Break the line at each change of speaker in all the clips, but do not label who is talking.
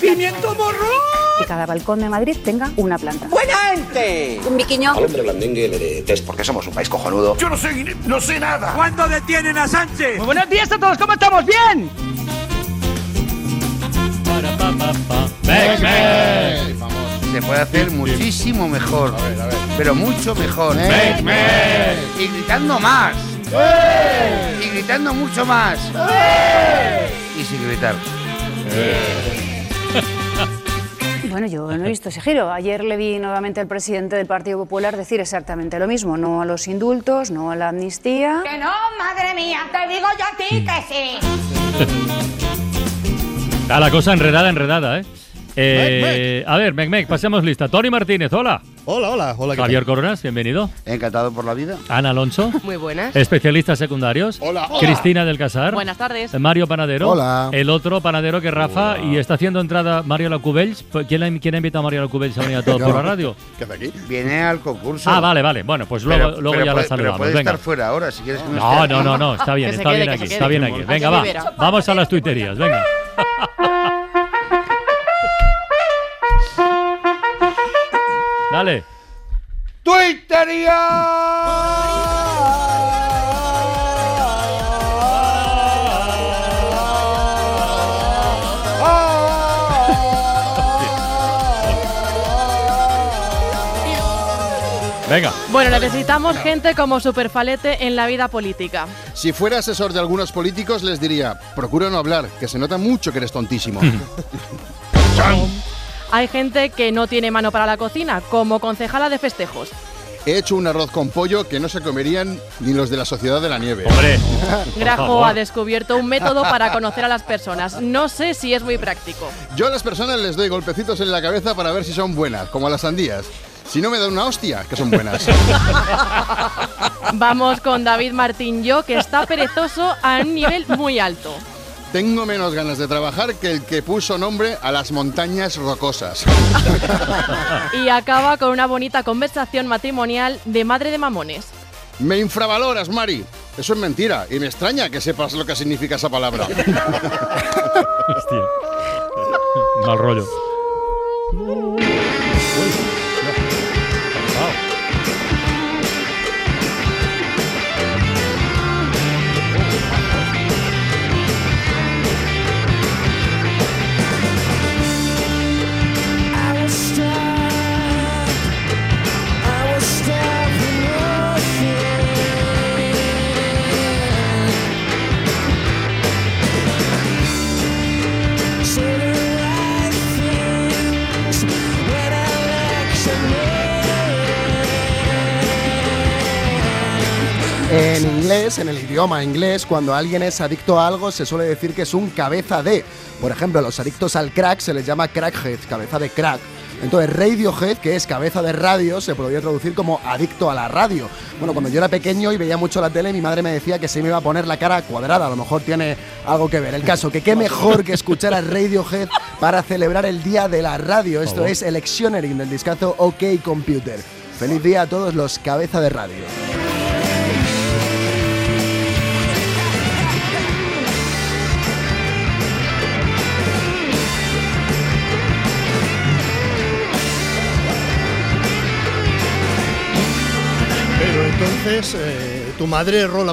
¡Pimiento morrón!
que cada balcón de Madrid tenga una planta.
¡Buena ¿eh? gente!
Un biquiño.
Al hombre blandengue le detesto porque somos un país cojonudo.
Yo no sé, no sé nada.
¿Cuándo detienen a Sánchez?
Muy buenos días a todos, ¿cómo estamos? ¡Bien!
Ah,
Mex, mex.
Se puede hacer muchísimo mejor,
A ver, a ver.
pero mucho mejor.
Mex, mex.
Y gritando más.
¡Eh!
Y gritando mucho más. Y sin gritar.
Eh.
Bueno, yo no he visto ese giro. Ayer le vi nuevamente al presidente del Partido Popular decir exactamente lo mismo. No a los indultos, no a la amnistía.
Que no, madre mía, te digo yo a ti
Mm.
que sí.
Está la cosa enredada, enredada, ¿eh? Eh, A ver, Mec, Mec, pasemos lista. Tony Martínez, hola.
Hola, hola, hola. ¿qué
Javier Coronas, bienvenido.
Encantado por la vida.
Ana Alonso.
Muy buenas.
Especialistas secundarios.
Hola, hola.
Cristina del Casar.
Buenas tardes.
Mario Panadero.
Hola.
El otro panadero que es Rafa. Y está haciendo entrada Mario Lacubells. ¿Quién, la- quién ha invitado a Mario Lacubells a venir a todos
Yo.
por la radio?
¿Qué hace aquí?
Viene al concurso.
Ah, vale, vale. Bueno, pues luego,
Pero-
luego
pero
ya la
puede- pero
saludamos.
puede
Venga.
estar fuera ahora, si quieres que no
No,
esté
no,
aquí.
no, no, está bien,
Que se
está bien
quede, que
aquí,
se
está
quede.
bien aquí.
Aquí
Venga, va,
libera.
vamos a las tuiterías, venga. Dale. Venga,
Bueno, necesitamos gente como superfalete en la vida política.
Si fuera asesor de algunos políticos, les diría: procura no hablar, que se nota mucho que eres tontísimo.
Hay gente que no tiene mano para la cocina, como concejala de festejos.
He hecho un arroz con pollo que no se comerían ni los de la Sociedad de la Nieve.
hombre.
Grajo
favor.
ha descubierto un método para conocer a las personas. No sé si es muy práctico.
Yo a las personas les doy golpecitos en la cabeza para ver si son buenas, como a las sandías. Si no me dan una hostia, que son buenas.
Vamos con David Martín Yo, que está perezoso a un nivel muy alto.
Tengo menos ganas de trabajar que el que puso nombre a las montañas rocosas.
Y acaba con una bonita conversación matrimonial de madre de mamones.
Me infravaloras, Mari. Eso es mentira y me extraña que sepas lo que significa esa palabra.
Hostia. Mal rollo.
En inglés, en el idioma inglés, cuando alguien es adicto a algo se suele decir que es un cabeza de. Por ejemplo, a los adictos al crack se les llama crackhead, cabeza de crack. Entonces, Radiohead, que es cabeza de radio, se podría traducir como adicto a la radio. Bueno, cuando yo era pequeño y veía mucho la tele, mi madre me decía que se me iba a poner la cara cuadrada. A lo mejor tiene algo que ver. El caso, que qué mejor que escuchar a Radiohead para celebrar el día de la radio. Esto es Electioneering del discazo OK Computer. Feliz día a todos los cabeza de radio.
Pero entonces, eh, tu madre erró la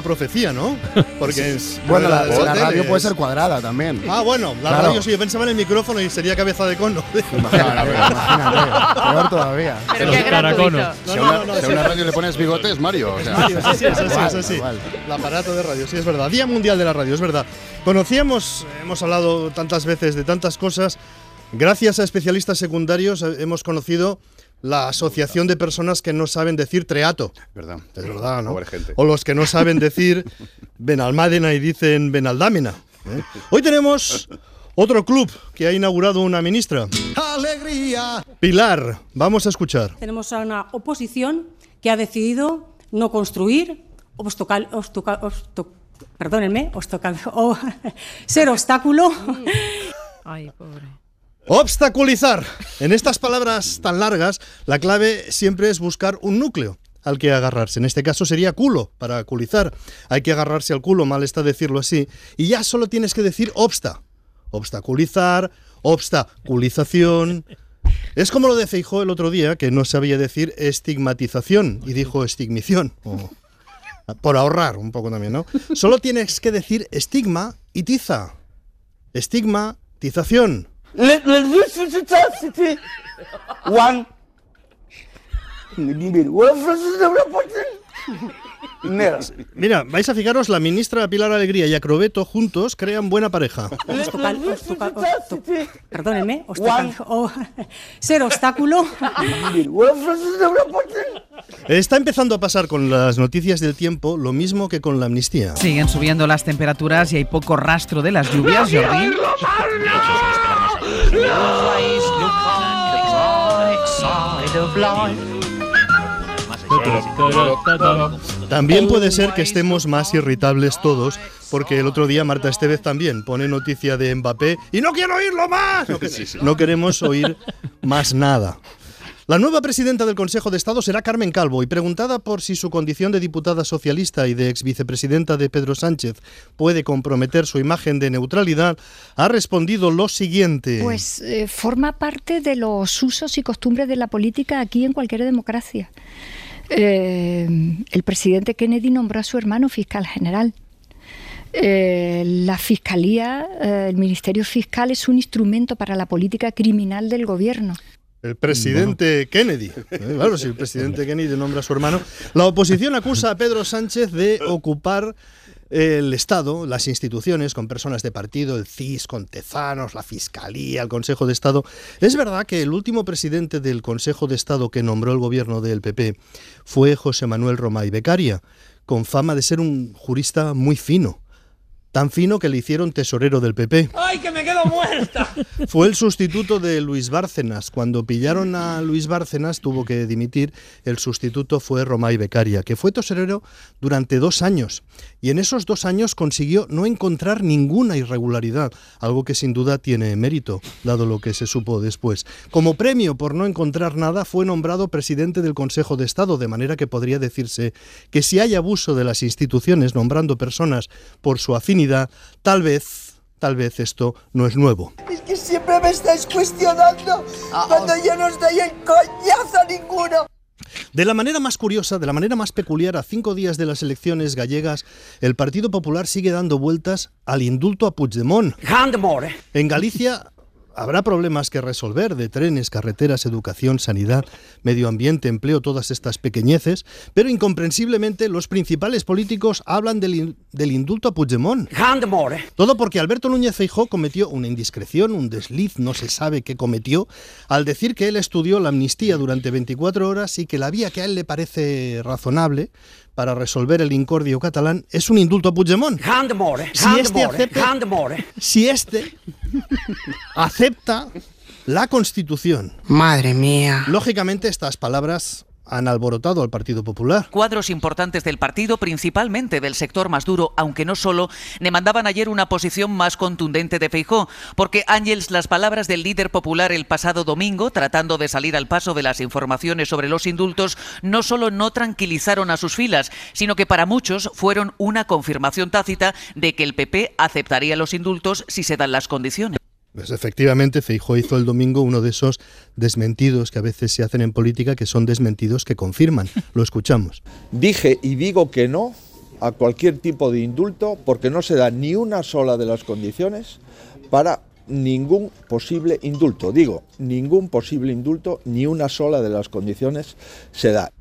profecía, ¿no? Porque es.
Bueno, la, la radio puede ser cuadrada también.
Ah, bueno, la
Claro.
radio sí, yo pensaba en el micrófono y sería cabeza de cono.
Imagínate, imagínate, peor todavía.
Pero
Los
qué gratuito.
taraconos.
Si a una, si a una radio le pones bigotes, Mario. o sea.
sí, es así, es así.
El aparato de radio, sí, es verdad. Día Mundial de la Radio, es verdad. Conocíamos, hemos hablado tantas veces de tantas cosas. Gracias a especialistas secundarios eh, hemos conocido la asociación de personas que no saben decir treato. ¿Verdad? Es verdad, ¿no? O los que no saben decir Benalmádena y dicen Benaldámena. ¿eh? Hoy tenemos otro club que ha inaugurado una ministra. ¡Alegría! Pilar, vamos a escuchar.
Tenemos a una oposición que ha decidido no construir, obstocal, obstocal, obsto- perdónenme, obstocal- o- ser obstáculo.
Ay, pobre.
Obstaculizar. En estas palabras tan largas, la clave siempre es buscar un núcleo al que agarrarse. En este caso sería culo, para culizar. Hay que agarrarse al culo, mal está decirlo así. Y ya solo tienes que decir obsta. Obstaculizar, obstaculización. Es como lo de Feijó el otro día, que no sabía decir estigmatización y dijo estigmición. o- por ahorrar un poco también, ¿no? Solo tienes que decir estigma y tiza. Estigmatización.
One.
Mira, vais a fijaros, la ministra Pilar Alegría y Acrobeto juntos crean buena pareja.
Obstocal- obstocal- obsto- perdónenme, obstocal- o- ser obstáculo.
Está empezando a pasar con las noticias del tiempo lo mismo que con la amnistía.
Siguen subiendo las temperaturas y hay poco rastro de las lluvias, Jordi.
También puede ser que estemos más irritables todos, porque el otro día Marta Estevez también pone noticia de Mbappé y no quiero oírlo más. No, que- no queremos oír más nada. La nueva presidenta del Consejo de Estado será Carmen Calvo y preguntada por si su condición de diputada socialista y de exvicepresidenta de Pedro Sánchez puede comprometer su imagen de neutralidad, ha respondido lo siguiente.
Pues eh, forma parte de los usos y costumbres de la política aquí en cualquier democracia. Eh, el presidente Kennedy nombró a su hermano fiscal general. Eh, la fiscalía, eh, el ministerio fiscal es un instrumento para la política criminal del gobierno.
El presidente Kennedy. Eh, Claro, si el presidente Kennedy nombra a su hermano. La oposición acusa a Pedro Sánchez de ocupar el Estado, las instituciones, con personas de partido, el CIS, con Tezanos, la Fiscalía, el Consejo de Estado. Es verdad que el último presidente del Consejo de Estado que nombró el gobierno del PP fue José Manuel Romay Becaria, con fama de ser un jurista muy fino. Tan fino que le hicieron tesorero del PP.
¡Ay, que me quedo muerta!
Fue el sustituto de Luis Bárcenas. Cuando pillaron a Luis Bárcenas, tuvo que dimitir. El sustituto fue Romay Becaria, que fue tesorero durante dos años. Y en esos dos años consiguió no encontrar ninguna irregularidad, algo que sin duda tiene mérito, dado lo que se supo después. Como premio por no encontrar nada, fue nombrado presidente del Consejo de Estado, de manera que podría decirse que si hay abuso de las instituciones nombrando personas por su afinidad, tal vez, tal vez esto no es nuevo.
Es que siempre me estáis cuestionando cuando yo no os doy el coñazo ninguno.
De la manera más curiosa, de la manera más peculiar, a cinco días de las elecciones gallegas, el Partido Popular sigue dando vueltas al indulto a Puigdemont. En Galicia habrá problemas que resolver de trenes, carreteras, educación, sanidad, medio ambiente, empleo, todas estas pequeñeces, pero incomprensiblemente los principales políticos hablan del, in- del indulto a Puigdemont. Todo porque Alberto Núñez Feijó cometió una indiscreción, un desliz, no se sabe qué cometió, al decir que él estudió la amnistía durante 24 horas y que la vía que a él le parece razonable para resolver el incordio catalán es un indulto a Puigdemont.
eh.
Si este acepta- si este acepta la Constitución.
Madre mía.
Lógicamente estas palabras han alborotado al Partido Popular.
Cuadros importantes del partido, principalmente del sector más duro, aunque no solo, demandaban ayer una posición más contundente de Feijó, porque Ángels, las palabras del líder popular el pasado domingo, tratando de salir al paso de las informaciones sobre los indultos, no solo no tranquilizaron a sus filas, sino que para muchos fueron una confirmación tácita de que el PP aceptaría los indultos si se dan las condiciones.
Pues efectivamente, Feijó hizo el domingo uno de esos desmentidos que a veces se hacen en política, que son desmentidos que confirman. Lo escuchamos.
Dije y digo que no a cualquier tipo de indulto porque no se da ni una sola de las condiciones para ningún posible indulto. Digo, ningún posible indulto, ni una sola de las condiciones se da.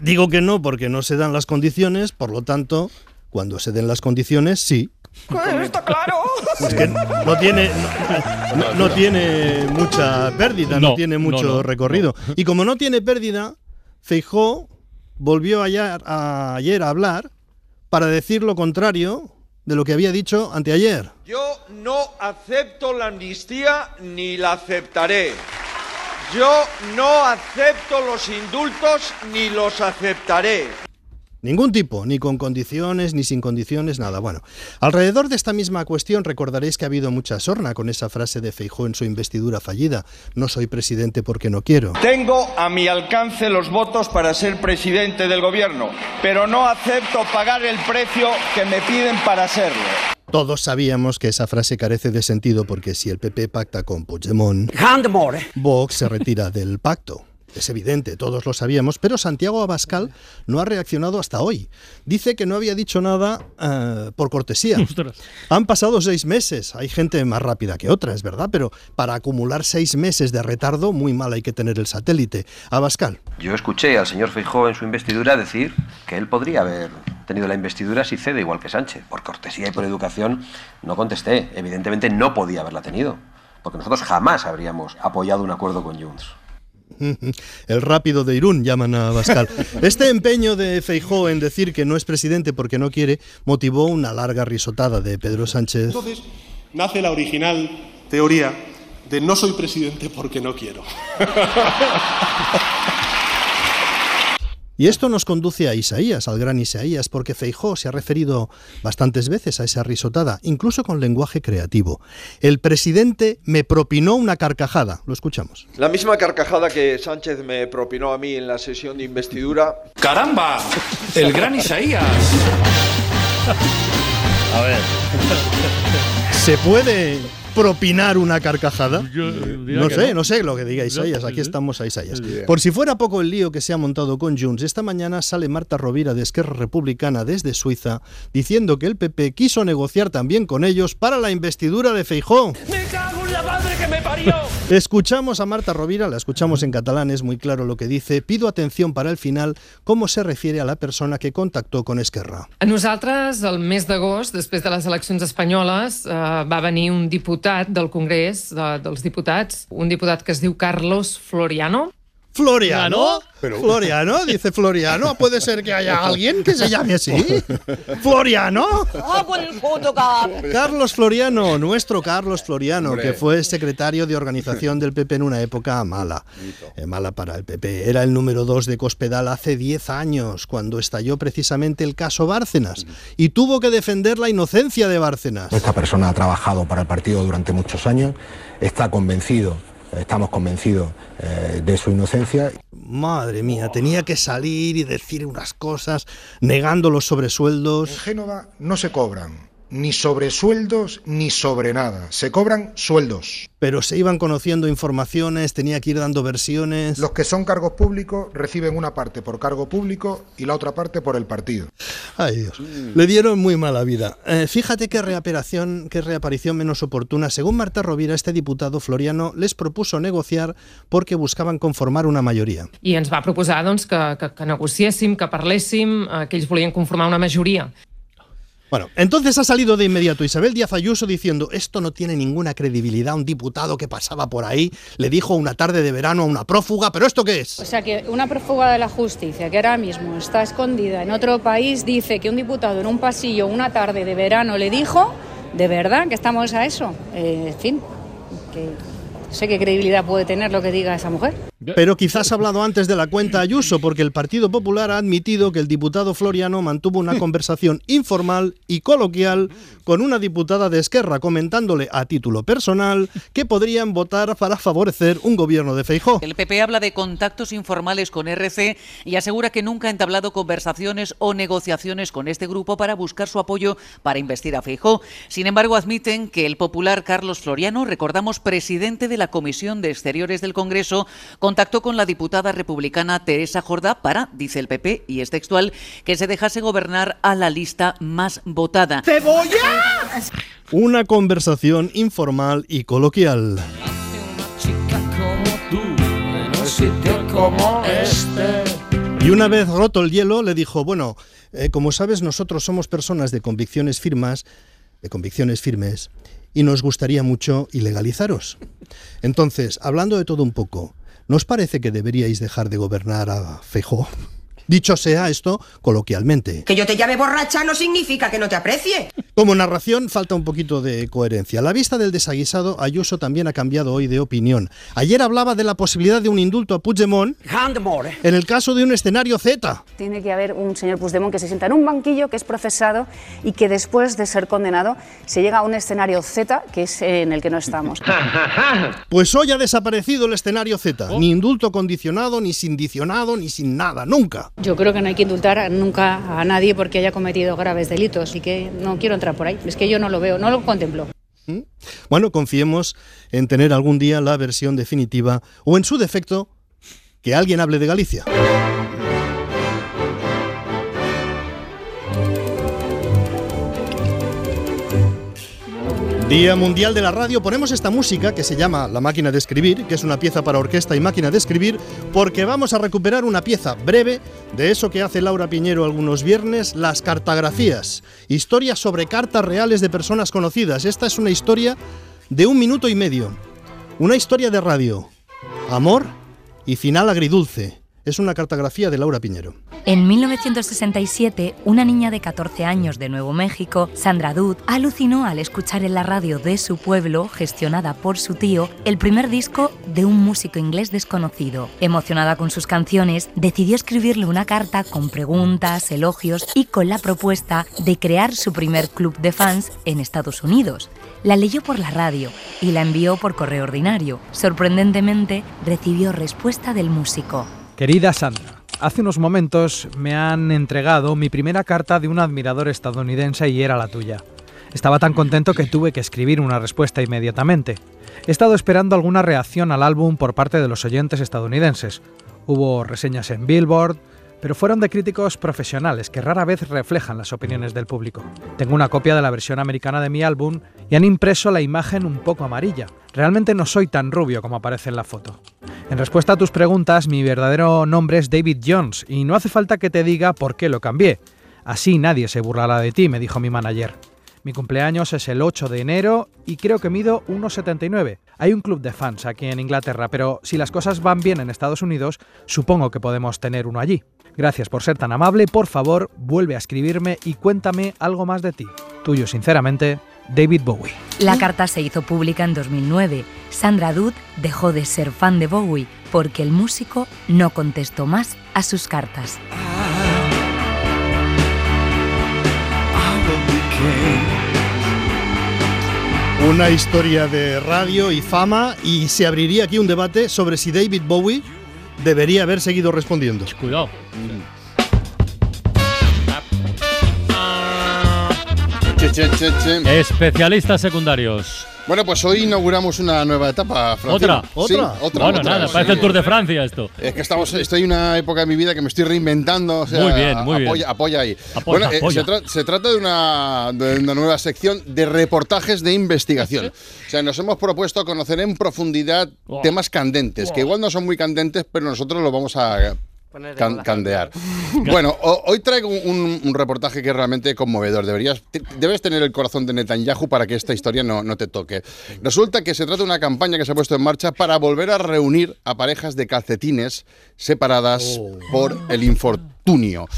Digo que no porque no se dan las condiciones, por lo tanto, cuando se den las condiciones, sí.
Está claro.
Es que no tiene, no, no- no tiene mucha pérdida, no,
No,
tiene
no,
mucho
no,
recorrido. Y como no tiene pérdida, Feijó volvió ayer a, ayer a hablar para decir lo contrario de lo que había dicho anteayer.
Yo no acepto la amnistía ni la aceptaré. Yo no acepto los indultos ni los aceptaré.
Ningún tipo, ni con condiciones, ni sin condiciones, nada. Bueno, alrededor de esta misma cuestión recordaréis que ha habido mucha sorna con esa frase de Feijó en su investidura fallida. No soy presidente porque no quiero.
Tengo a mi alcance los votos para ser presidente del gobierno, pero no acepto pagar el precio que me piden para serlo.
Todos sabíamos que esa frase carece de sentido porque si el PP pacta con Puigdemont, Vox se retira del pacto. Es evidente, todos lo sabíamos, pero Santiago Abascal no ha reaccionado hasta hoy. Dice que no había dicho nada eh, por cortesía. Han pasado seis meses, hay gente más rápida que otra, es verdad, pero para acumular seis meses de retardo, muy mal hay que tener el satélite. Abascal.
Yo escuché al señor Feijó en su investidura decir que él podría haber tenido la investidura si cede igual que Sánchez. Por cortesía y por educación no contesté. Evidentemente no podía haberla tenido, porque nosotros jamás habríamos apoyado un acuerdo con Junts.
El rápido de Irún, llaman a Bascal. Este empeño de Feijó en decir que no es presidente porque no quiere motivó una larga risotada de Pedro Sánchez.
Entonces nace la original teoría de no soy presidente porque no quiero.
Y esto nos conduce a Isaías, al gran Isaías, porque Feijó se ha referido bastantes veces a esa risotada, incluso con lenguaje creativo. El presidente me propinó una carcajada. Lo escuchamos.
La misma carcajada que Sánchez me propinó a mí en la sesión de investidura.
¡Caramba! El gran Isaías.
A ver. ¿Se puede propinar una carcajada? Eh, No sé, no sé lo que diga Isaías. Aquí estamos a Isaías. Por si fuera poco el lío que se ha montado con Junts, esta mañana sale Marta Rovira de Esquerra Republicana desde Suiza diciendo que el PP quiso negociar también con ellos para la investidura de Feijó.
¡Me cago en la madre que me parió!
Escuchamos a Marta Rovira, la escuchamos en catalán, es muy claro lo que dice. Pido atención para el final cómo se refiere a la persona que contactó con Esquerra.
A nosaltres, el mes d'agost, després de les eleccions espanyoles, eh, va venir un diputat del Congrés de, dels Diputats, un diputat que es diu Carlos Floriano.
Floriano,
uh.
Floriano, dice Floriano, puede ser que haya alguien que se llame así. Floriano. Carlos Floriano, nuestro Carlos Floriano,
Hombre.
que fue secretario de organización del PP en una época mala. Eh, mala para el PP. Era el número dos de Cospedal hace 10 años, cuando estalló precisamente el caso Bárcenas. Y tuvo que defender la inocencia de Bárcenas.
Esta persona ha trabajado para el partido durante muchos años, está convencido, estamos convencidos eh, de su inocencia.
Madre mía, tenía que salir y decir unas cosas, negando los sobresueldos.
Génova no se cobran ni sobresueldos ni sobre nada, se cobran sueldos.
Pero se iban conociendo informaciones, tenía que ir dando versiones.
Los que son cargos públicos reciben una parte por cargo público y la otra parte por el partido.
Ay Dios, le dieron muy mala vida. Eh, fíjate qué reaparición, qué reaparición menos oportuna. Según Marta Rovira, este diputado Floriano les propuso negociar porque buscaban conformar una mayoría.
I ens va proposar doncs, que, que, que negociéssim, que parléssim, eh, que ells volien conformar una majoria.
Bueno, entonces ha salido de inmediato Isabel Díaz Ayuso diciendo esto no tiene ninguna credibilidad. Un diputado que pasaba por ahí le dijo una tarde de verano a una prófuga, pero ¿esto qué es?
O sea que una prófuga de la justicia que ahora mismo está escondida en otro país dice que un diputado en un pasillo una tarde de verano le dijo, de verdad que estamos a eso. Eh, en fin, que no sé qué credibilidad puede tener lo que diga esa mujer.
Pero quizás ha hablado antes de la cuenta Ayuso, porque el Partido Popular ha admitido que el diputado Floriano mantuvo una conversación informal y coloquial con una diputada de Esquerra, comentándole a título personal que podrían votar para favorecer un gobierno de Feijó.
El PP habla de contactos informales con RC y asegura que nunca ha entablado conversaciones o negociaciones con este grupo para buscar su apoyo para investir a Feijó. Sin embargo, admiten que el popular Carlos Floriano, recordamos presidente de la Comisión de Exteriores del Congreso, contactó con la diputada republicana Teresa Jordá para, dice el PP, y es textual, que se dejase gobernar a la lista más votada.
Una conversación informal y coloquial.
como este.
Y una vez roto el hielo, le dijo, bueno, eh, como sabes, nosotros somos personas de convicciones firmas, de convicciones firmes, y nos gustaría mucho ilegalizaros. Entonces, hablando de todo un poco, ¿nos parece que deberíais dejar de gobernar a Feijó? Dicho sea esto coloquialmente.
Que yo te llame borracha no significa que no te aprecie.
Como narración falta un poquito de coherencia. A la vista del desaguisado, Ayuso también ha cambiado hoy de opinión. Ayer hablaba de la posibilidad de un indulto a Puigdemont
¿eh?
en el caso de un escenario Z.
Tiene que haber un señor Puigdemont que se sienta en un banquillo, que es procesado y que después de ser condenado se llega a un escenario Z, que es eh, en el que no estamos.
Pues hoy ha desaparecido el escenario Z. Ni indulto condicionado, ni sin dicionado, ni sin nada. Nunca.
Yo creo que no hay que indultar nunca a nadie porque haya cometido graves delitos y que no quiero entrar por ahí. Es que yo no lo veo, no lo contemplo.
Bueno, confiemos en tener algún día la versión definitiva o en su defecto que alguien hable de Galicia. Día Mundial de la Radio, ponemos esta música que se llama La máquina de escribir, que es una pieza para orquesta y máquina de escribir, porque vamos a recuperar una pieza breve de eso que hace Laura Piñero algunos viernes, las cartagrafías, historias sobre cartas reales de personas conocidas. Esta es una historia de un minuto y medio, una historia de radio, amor y final agridulce. Es una cartagrafía de Laura Piñero.
En 1967, una niña de 14 años de Nuevo México, Sandra Dud, alucinó al escuchar en la radio de su pueblo, gestionada por su tío, el primer disco de un músico inglés desconocido. Emocionada con sus canciones, decidió escribirle una carta con preguntas, elogios y con la propuesta de crear su primer club de fans en Estados Unidos. La leyó por la radio y la envió por correo ordinario. Sorprendentemente, recibió respuesta del músico.
Querida Sandra, hace unos momentos me han entregado mi primera carta de un admirador estadounidense y era la tuya. Estaba tan contento que tuve que escribir una respuesta inmediatamente. He estado esperando alguna reacción al álbum por parte de los oyentes estadounidenses. Hubo reseñas en Billboard, pero fueron de críticos profesionales que rara vez reflejan las opiniones del público. Tengo una copia de la versión americana de mi álbum y han impreso la imagen un poco amarilla. Realmente no soy tan rubio como aparece en la foto. En respuesta a tus preguntas, mi verdadero nombre es David Jones y no hace falta que te diga por qué lo cambié. Así nadie se burlará de ti, me dijo mi manager. Mi cumpleaños es el 8 de enero y creo que mido 1,79. Hay un club de fans aquí en Inglaterra, pero si las cosas van bien en Estados Unidos, supongo que podemos tener uno allí. Gracias por ser tan amable, por favor, vuelve a escribirme y cuéntame algo más de ti. Tuyo sinceramente, David Bowie.
La carta se hizo pública en 2009. Sandra Dutt dejó de ser fan de Bowie porque el músico no contestó más a sus cartas.
Una historia de radio y fama y se abriría aquí un debate sobre si David Bowie debería haber seguido respondiendo.
Cuidado.
Che, che, che, che.
Especialistas secundarios.
Bueno, pues hoy inauguramos una nueva etapa, Francina.
¿Otra?
Sí,
¿Otra?
otra.
Bueno,
otra,
nada,
sí.
parece el Tour de Francia esto.
Es que estamos, estoy en una época de mi vida que me estoy reinventando. o sea,
Muy bien, muy bien.
Apoya, apoya ahí.
Apoya,
bueno, eh,
apoya.
se, tra- se trata de una, de una nueva sección de reportajes de investigación. O sea, nos hemos propuesto conocer en profundidad
Wow.
temas candentes, que igual no son muy candentes, pero nosotros los vamos a
Poner de
can-
moda.
candear. bueno, o- hoy traigo un, un reportaje que es realmente conmovedor. Deberías, te- debes tener el corazón de Netanyahu para que esta historia no, no te toque. Resulta que se trata de una campaña que se ha puesto en marcha para volver a reunir a parejas de calcetines separadas por el infortunio.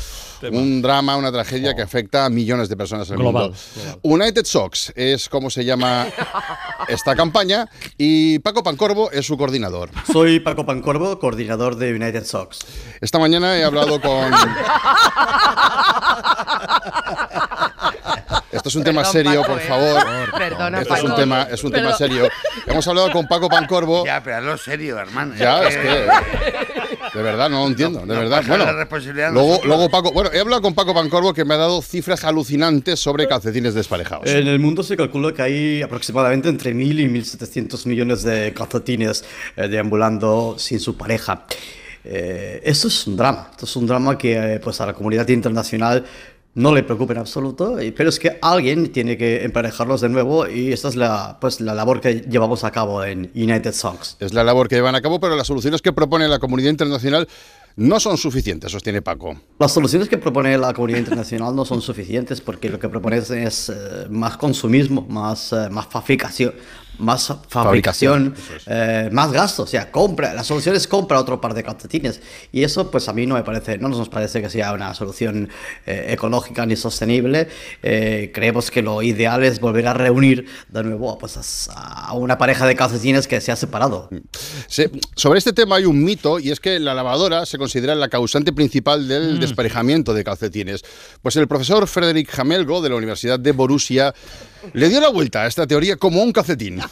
Un drama, una tragedia que afecta a millones de personas en el
Global,
mundo. United Socks es como se llama esta campaña y Paco Pancorbo es su coordinador.
Soy Paco Pancorbo, coordinador de United Sox.
Esta mañana he hablado con... Esto es un tema
Perdón,
serio,
Paco,
por
eh.
favor.
Perdona,
Esto es un
Paco.
tema, es un tema
Perdón.
serio. Hemos hablado con Paco Pancorbo.
Ya, pero hazlo serio, hermano.
Ya, es que- De verdad, no lo entiendo, de verdad.
pasa
Bueno,
la responsabilidad a
luego,
nosotros.
luego Paco, bueno, he hablado con Paco Pancorbo que me ha dado cifras alucinantes sobre calcetines desparejados.
En el mundo se calcula que hay aproximadamente entre 1.000 y 1.700 millones de calcetines eh, deambulando sin su pareja. Eh, esto es un drama, esto es un drama que eh, pues a la comunidad internacional no le preocupa en absoluto, y- pero es que alguien tiene que emparejarlos de nuevo y esta es la, pues, la labor que llevamos a cabo en United Songs.
Es la labor que llevan a cabo, pero las soluciones que propone la comunidad internacional no son suficientes, sostiene Paco.
Las soluciones que propone la comunidad internacional no son suficientes porque lo que propone es, eh, más consumismo, más, eh, más fabricación, más fa-
Fabricación,
fabricación, eh, más gastos. O sea, compra. La solución es compra otro par de calcetines. Y eso, pues a mí no me parece, no nos parece que sea una solución eh, ecológica ni sostenible. Eh, creemos que lo ideal es volver a reunir de nuevo pues, a a una pareja de calcetines que se ha separado.
Se- sobre este tema hay un mito y es que la lavadora se considera la causante principal del
Mm.
desparejamiento de calcetines. Pues el profesor Frederick Hamelgo de la Universidad de Borussia le dio la vuelta a esta teoría como un calcetín.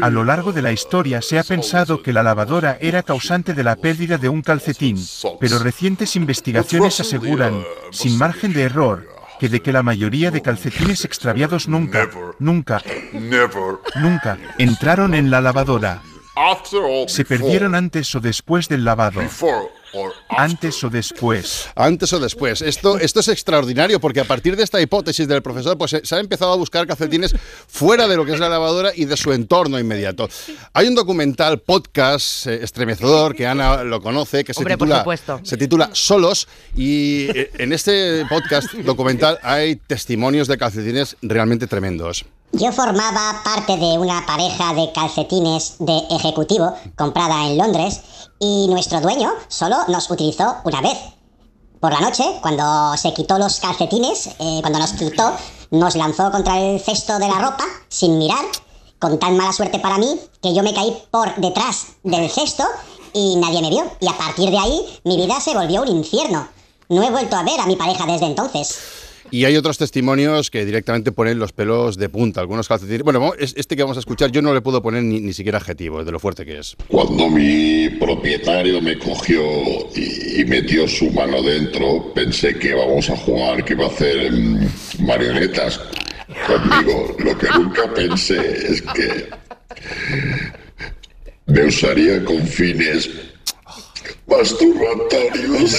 A lo largo de la historia se ha pensado que la lavadora era causante de la pérdida de un calcetín, pero recientes investigaciones aseguran, sin margen de error, que de que la mayoría de calcetines extraviados nunca, nunca, nunca entraron en la lavadora. Se perdieron antes o después del lavado.
Antes o después. Antes o después. Esto, esto es extraordinario porque a partir de esta hipótesis del profesor, pues se se ha empezado a buscar calcetines fuera de lo que es la lavadora y de su entorno inmediato. Hay un documental, podcast eh, estremecedor, que Ana lo conoce, que se
Hombre, por
titula,
supuesto.
se titula Solos. Y eh, en este podcast documental hay testimonios de calcetines realmente tremendos.
Yo formaba parte de una pareja de calcetines de ejecutivo comprada en Londres y nuestro dueño solo nos utilizó una vez. Por la noche, cuando se quitó los calcetines, eh, cuando nos quitó, nos lanzó contra el cesto de la ropa sin mirar, con tan mala suerte para mí que yo me caí por detrás del cesto y nadie me vio. Y a partir de ahí mi vida se volvió un infierno. No he vuelto a ver a mi pareja desde entonces.
Y hay otros testimonios que directamente ponen los pelos de punta, algunos calcetines. Bueno, vamos- es- este que vamos a escuchar yo no le puedo poner ni, ni siquiera adjetivo, de lo fuerte que es.
Cuando mi propietario me cogió y, y metió su mano dentro, pensé que vamos a jugar, que va a hacer mm, marionetas conmigo. Lo que nunca pensé es que me usaría con fines masturbatorios.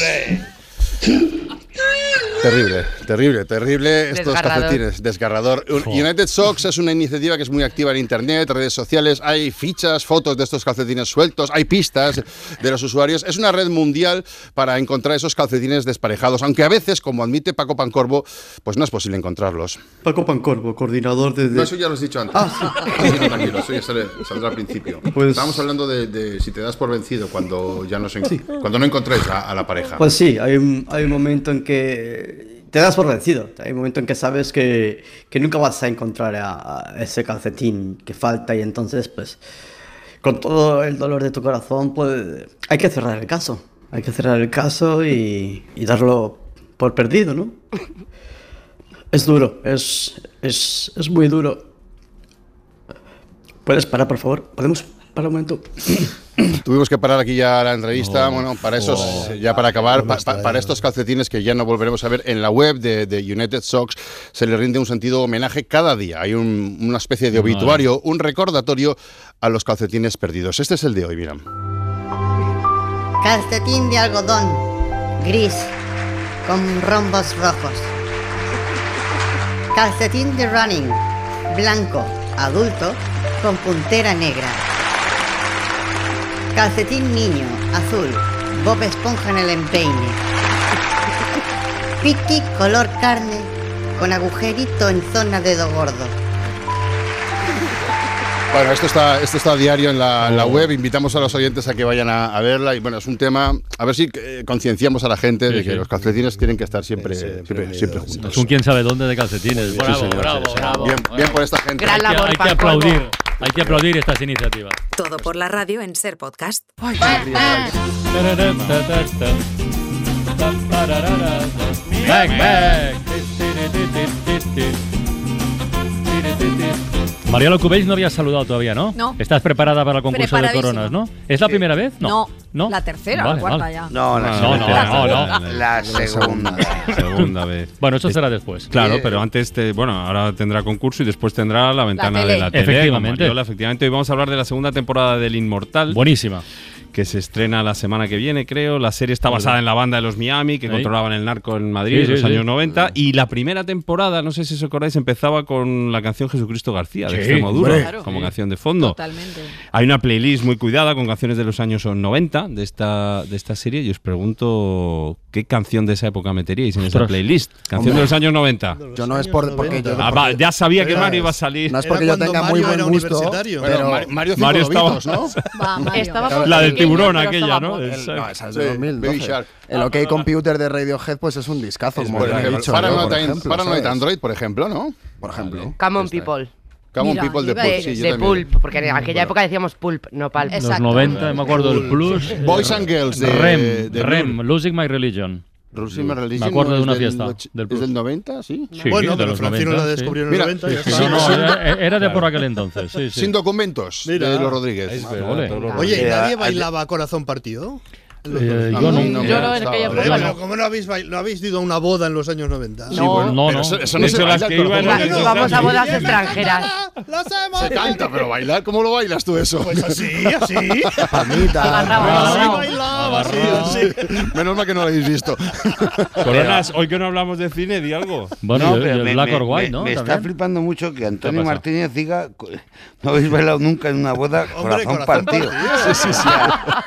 Terrible, terrible, terrible estos
Desgarrador.
calcetines, desgarrador. Un- United Socks es una iniciativa que es muy activa en internet, redes sociales, hay fichas, fotos de estos calcetines sueltos, hay pistas de los usuarios. Es una red mundial para encontrar esos calcetines desparejados, aunque a veces, como admite Paco Pancorbo, pues no es posible encontrarlos.
Paco Pancorbo, coordinador de... Ah,
No, eso ya lo has dicho antes. Así que tranquilo, eso ya sale- saldrá al principio.
Pues-
Estábamos hablando de, de si te das por vencido cuando ya no se- cuando no encontráis a, a la pareja.
Pues sí, hay un, hay un momento en que te das por vencido. Hay un momento en que sabes que, que nunca vas a encontrar a, a ese calcetín que falta y entonces, pues, con todo el dolor de tu corazón, pues, hay que cerrar el caso. Hay que cerrar el caso y, y darlo por perdido, ¿no? Es duro, es, es, es muy duro. ¿Puedes parar, por favor? ¿Podemos parar un momento?
Tuvimos que parar aquí ya la entrevista.
Oh,
bueno, para esos,
oh.
ya para acabar,
Bueno,
pa- pa- para estos calcetines que ya no volveremos a ver en la web de, de United Socks, se le rinde un sentido homenaje cada día. Hay un- una especie de
Madre.
obituario, un recordatorio a los calcetines perdidos. Este es el de hoy, mira.
Calcetín de algodón, gris, con rombos rojos. Calcetín de running, blanco, adulto, con puntera negra. Calcetín niño, azul, Bob Esponja en el empeine. Piti color carne, con agujerito en zona dedo gordo.
Bueno, esto está, esto está a diario en la,
Oh.
la web. Invitamos a los oyentes a que vayan a, a verla. Y bueno, es un tema. A ver si eh, concienciamos a la gente de que los calcetines tienen que estar siempre, siempre, siempre juntos.
Es un quién sabe dónde de calcetines.
Sí,
Bravo,
señor.
bravo,
Sí, señor.
bravo.
Bien- bien por esta gente. Gran
Hay que-
labor,
hay que
Paco.
aplaudir. Hay que aplaudir estas iniciativas.
Todo por la radio en Ser Podcast.
Mac, Mac. Mariano Cubells no había saludado todavía, ¿no?
No.
Estás preparada para el concurso de
Preparadísima.
coronas, ¿no? ¿Es la primera vez? No.
La tercera,
Vale,
la cuarta
vale.
ya.
No, la
no,
segunda.
no, no,
La-
no.
la
segunda. Segunda vez.
Bueno, eso será después.
Claro,
Eh,
pero antes, te- bueno, ahora tendrá concurso y después tendrá la ventana
tele.
de la tele. con
Efectivamente.
Mariola, efectivamente. Hoy vamos a hablar de la segunda temporada del Inmortal.
Buenísima.
Que se estrena la semana que viene, creo. La serie está basada en la banda de los Miami, que
Ahí.
controlaban el narco en Madrid
Sí,
en los
sí, sí.
años 90. Y la primera temporada, no sé si os acordáis, empezaba con la canción Jesucristo García, de
Sí,
Extremoduro,
hombre. Claro.
como
Sí.
canción de fondo.
Totalmente.
Hay una playlist muy cuidada con canciones de los años 90 de esta, de esta serie y os pregunto qué canción de esa época meteríais en esa
Ostras.
playlist. Canción
Hombre.
de los años 90.
Yo no es por, porque yo.
Ah, va, ya sabía que Mario iba a salir.
No es porque yo tenga muy buen gusto.
Bueno,
Pero
Mar- Mario cinco lobitos,
Estaba
Claro,
La del
el-
tiburón
el-
aquella, ¿no?
el-
Exacto.
no, esa es de
Sí,
2012.
Baby Shark.
El OK Computer de Radiohead, pues es un discazo, como
Por
ya he
ejemplo,
dicho. yo,
Paranoid
por
An-
ejemplo,
Paranoid
¿sabes?
Android, por ejemplo, ¿no?
Por ejemplo.
Come on, people.
Come on
Mira,
people de
iba a
Pulp.
decir
Sí, yo
de
también.
Pulp, porque en
Mm,
aquella
verdad.
época decíamos Pulp, no Pulp.
Los 90, me acuerdo del Plus. eh,
Boys and Girls de-
Rem,
de
Rem, Losing My Religion.
Losing My Religion
Me acuerdo
no
de
es
una
del
fiesta.
och-
Del
¿Es
Plus.
del 90? Sí.
Sí, de los 90, sí.
Mira,
Sí, sí, no, era, era de por aquel entonces. Sí, sí.
Sin documentos de los Rodríguez.
Es
Ah,
verdad,
ole.
todos los
Oye,
Rodríguez.
¿nadie
Eh,
bailaba a corazón partido?
Eh, yo no. pues
Yo no, en aquella época
Pero
no.
como no habéis, bail- no habéis ido a una boda en los años 90.
Sí, No. bueno, no, Pero no. eso- eso no De se hecho, baila las que con- iban
Va-
eran
vamos a
entonces-
bodas extranjeras.
Se canta, pero bailar, ¿cómo lo bailas tú eso? Pues
así, así.
Ah,
Ah.
Menos mal que no lo habéis visto.
Coronas, hoy que no hablamos de cine, di algo.
Bueno,
pero
y el Black or White,
me-
¿no?
me está
También.
flipando mucho que Antonio
¿Qué pasa?
Martínez diga, co- no habéis bailado nunca en una boda
Hombre,
corazón,
corazón
partido.
partido. Sí, sí, sí.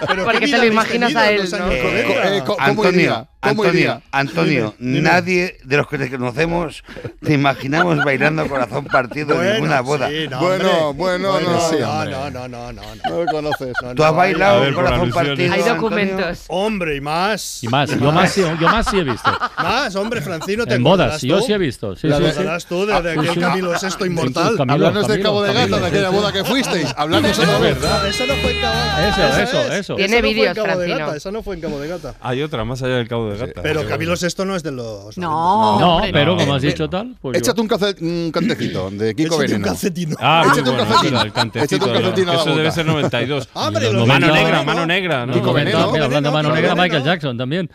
Pero
Porque
¿qué eh?
te
vida
lo
habéis
imaginas
tenido
a
en
él,
los
¿no?
años
Eh,
90?
eh, co- ¿cómo iría? ¿Cómo iría? Antonio,
Dime, dime.
nadie de los que te conocemos te imaginamos bailando a corazón partido en ninguna boda.
sí, no,
Bueno,
hombre.
bueno, no,
no,
sí,
no,
hombre.
no, no, no, no,
No me conoces.
Tú has bailado
ver, por
corazón
alusiones.
partido.
Hay
Antonio?
Hombre, y más.
Y más, yo más, sí- yo más sí he visto.
Más, hombre, Francino, te
En bodas,
acordarás
yo
tú.
sí he visto. Sí,
La
sí,
de-
sí.
¿Te acordarás tú de- de
Sí,
aquel
sí.
Camilo VI inmortal?
Sí, Camilo,
Hablarnos del
Camilo,
Cabo de Gata,
Camilo,
de aquella
sí, sí.
boda que fuisteis. Hablarnos otra vez.
Eso no fue en Cabo de
Eso,
Gata,
eso,
es.
eso.
no fue
Tiene
en
vídeos,
Cabo de
Francino.
Gata, Esa no fue en Cabo de Gata.
Hay otra, más allá del Cabo de Gata.
Pero Camilo VI no es de los...
No,
No,
hombre,
pero
no.
como has
Eh,
dicho tal, pues yo-
Échate un, cace- un cantecito de Kiko
Échate un
Veneno.
calcetino.
Ah,
Échate
muy
un
bueno,
calcetín.
espera, el cantecito.
Échate un calcetín a la
Eso debe
boca.
ser 92.
Ah, Hombre,
Los
los
90,
Veneno,
mano negra,
¿no?
mano negra, ¿no?
Kiko Veneno,
Veneno,
mira, hablando de mano
Kiko
negra,
Veneno.
Michael Jackson también.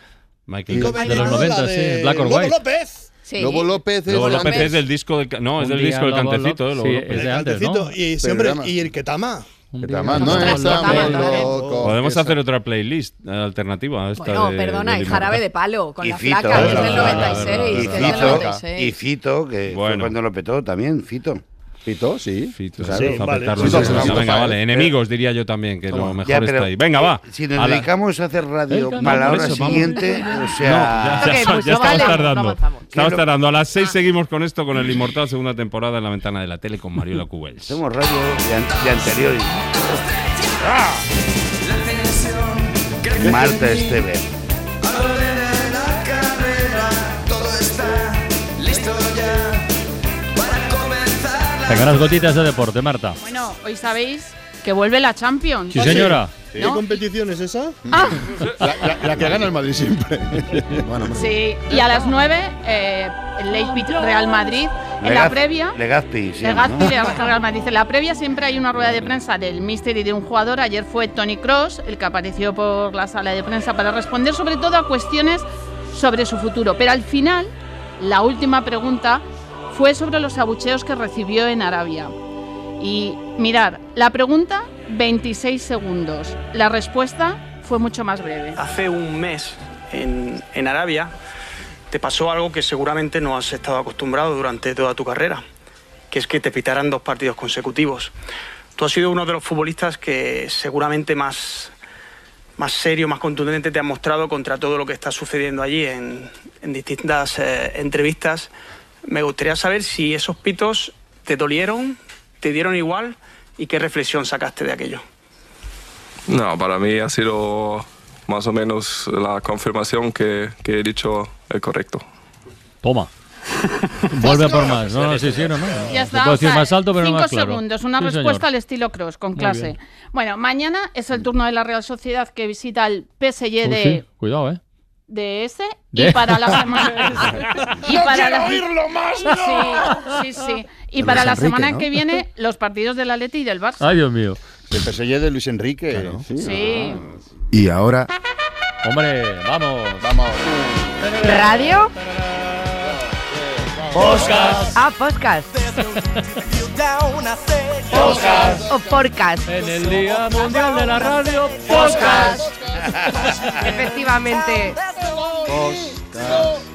Michael
Kiko
Jackson.
De los
Veneno, la
90, sí,
de
Black or
Lobo
White.
López.
Sí.
Lobo López es
Luego
la-
López es del disco del. ca- No, es
Un
del
día
disco del
Lobo
cantecito,
López,
¿eh? Lobo
sí,
López.
es de antes, ¿no?
Calcetito, Y siempre,
Programa.
y el Ketama.
Un
Que
día-
tama- no
Ostras,
estamos
tama, tama.
locos.
Podemos
Esa-
hacer otra playlist eh, alternativa. a Esta
Bueno,
de-
perdona,
de
y
Limón.
jarabe de palo con
Y
la
Fito,
flaca, que es del
verdad, verdad,
96, que es del
Fito,
96.
y Fito, que fue
Bueno.
cuando lo petó también, Fito.
Fito, sí.
Fito,
Claro.
vamos a
vale.
apretarlo.
Fito,
Sí, sí,
vamos
sí,
a
venga,
apretar.
vale. Enemigos, diría yo también, que lo
Eh, Toma.
mejor
Ya, pero eh,
está ahí. Venga, va.
Si nos
A la-
dedicamos a hacer radio
Venga,
para
no,
la
por
hora
eso, vamos.
siguiente, o
No,
sea...
ya,
Ok,
ya-
pues
ya
no
estamos
vale,
tardando.
no avanzamos.
Estamos
Que lo-
tardando. A las
Ah.
6 seguimos con esto, con el Inmortal, segunda temporada en la ventana de la tele con Mariola Cubels.
Hacemos radio de, an- de anterior. Marta Esteves.
Tengan las gotitas de deporte, Marta.
Bueno, hoy sabéis que vuelve la Champions.
Sí, señora.
¿Qué
¿No?
competición es esa?
Ah,
La, la- la que gana el Madrid siempre. bueno,
sí. Y a las 9, eh, el Leipzig Real Madrid. En la
Legaz-
previa.
Legazpi, sí.
Legazpi,
¿no?
Legazpi, Real Madrid. En la previa siempre hay una rueda de prensa del míster y de un jugador. Ayer fue Tony Cross, el que apareció por la sala de prensa para responder sobre todo a cuestiones sobre su futuro. Pero al final, la última pregunta fue sobre los abucheos que recibió en Arabia. Y mirar, la pregunta 26 segundos. La respuesta fue mucho más breve.
Hace un mes en, en Arabia te pasó algo que seguramente no has estado acostumbrado durante toda tu carrera, que es que te pitaran dos partidos consecutivos. Tú has sido uno de los futbolistas que seguramente más, más serio, más contundente te han mostrado contra todo lo que está sucediendo allí en, en distintas eh, entrevistas. Me gustaría saber si esos pitos te dolieron, te dieron igual y qué reflexión sacaste de aquello.
No, para mí ha sido más o menos la confirmación que, que he dicho el correcto.
Toma. Vuelve a por más. No, no, sí, sí, no, no.
Ya
Se
está.
puede
o
decir
sea,
más alto, pero no
cinco
más claro.
segundos, una
Sí,
respuesta
señor.
al estilo cross, con
Muy
clase.
bien.
Bueno, mañana es el turno de la Real Sociedad que visita al PSG
Uy,
de,
sí, Cuidado, ¿eh?
de ese
De-
y para la semana. y
¡No
para
quiero
la-
oírlo más, no!
Sí, sí, sí.
De
Y para
Luis
la
Enrique,
semana
¿no?
que viene, los partidos del Atleti y del Barça.
Ay, Dios mío.
El PSG de Luis Enrique.
Sí.
Y ahora.
Hombre, vamos. Vamos.
¿Radio?
Podcast.
Ah, podcast.
Podcast.
O podcast.
En el Día Mundial de la Radio, podcast.
Efectivamente.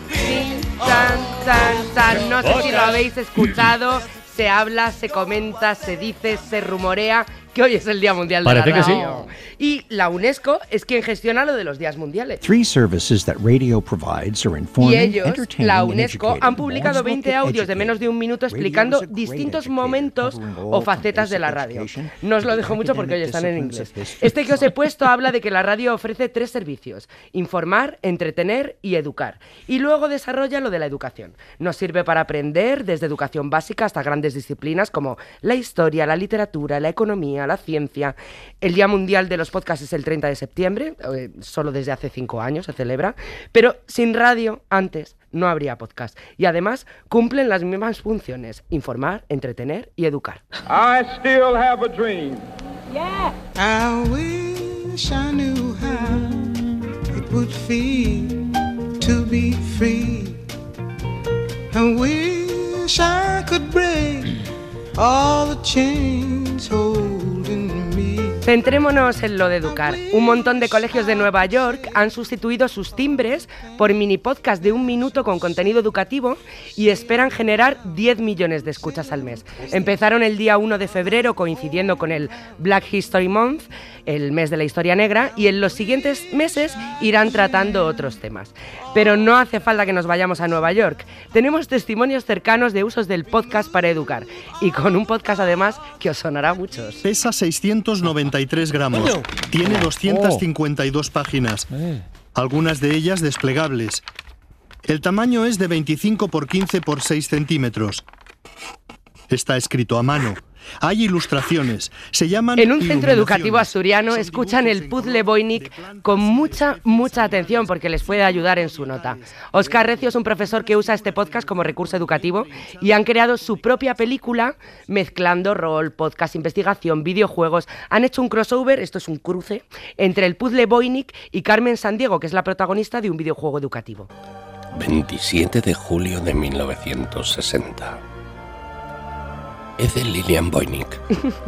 Tin, tan, tan, tan. No sé si lo habéis escuchado. Se habla, se comenta, se dice, se rumorea que hoy es el Día Mundial
Parece
de
que
la
sí.
Radio. Y la UNESCO es quien gestiona lo de los días mundiales.
Three services that radio provides are
Y
informing,
ellos,
entertaining,
la
and
UNESCO,
educating.
han publicado 20 audios de menos de un minuto explicando distintos momentos o facetas de la radio. No os lo dejo mucho porque hoy están en inglés. Este que os he puesto habla de que la radio ofrece tres servicios, informar, entretener y educar. Y luego desarrolla lo de la educación. Nos sirve para aprender desde educación básica hasta grandes disciplinas como la historia, la literatura, la economía, la ciencia. El Día Mundial de los Podcasts es el 30 de septiembre, eh, solo desde hace cinco años se celebra, pero sin radio antes no habría podcast. Y además cumplen las mismas funciones, informar, entretener y educar.
I still have a dream.
Yeah.
I wish I knew how it would feel to be free. I wish I could break all the chains holding me.
Centrémonos en lo de educar. Un montón de colegios de Nueva York han sustituido sus timbres por mini podcast de un minuto con contenido educativo y esperan generar 10 millones de escuchas al mes. Empezaron el día 1 de febrero coincidiendo con el Black History Month, el mes de la historia negra, y en los siguientes meses irán tratando otros temas. Pero no hace falta que nos vayamos a Nueva York. Tenemos testimonios cercanos de usos del podcast para educar y con un podcast además que os sonará mucho.
Pesa 693 gramos.
Coño.
Tiene
Oh.
252 páginas, algunas de ellas desplegables. El tamaño es de 25 por 15 por 6 centímetros. Está escrito a mano. Hay ilustraciones. Se llaman.
En un centro educativo asturiano escuchan el puzzle Voynich con mucha, mucha atención porque les puede ayudar en su nota. Oscar Recio es un profesor que usa este podcast como recurso educativo y han creado su propia película mezclando rol, podcast, investigación, videojuegos. Han hecho un crossover, esto es un cruce, entre el puzzle Voynich y Carmen Sandiego, que es la protagonista de un videojuego educativo.
27 de julio de 1960. Ethel Lillian Boynick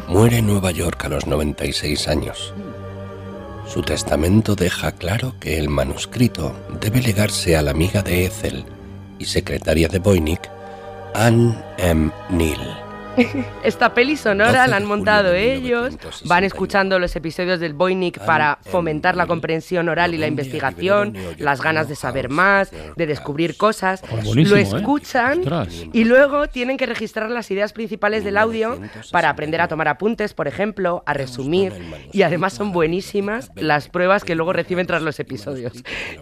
muere en Nueva York a los 96 años. Su testamento deja claro que el manuscrito debe legarse a la amiga de Ethel y secretaria de Boynick, Anne M. Neal.
Esta peli sonora la han montado ellos, van escuchando los episodios del Voynich para fomentar la comprensión oral y la investigación, las ganas de saber más, de descubrir cosas,
buenísimo,
lo
¿eh?
escuchan
Ostras.
y luego tienen que registrar las ideas principales del audio para aprender a tomar apuntes, por ejemplo, a resumir y además son buenísimas las pruebas que luego reciben tras los episodios.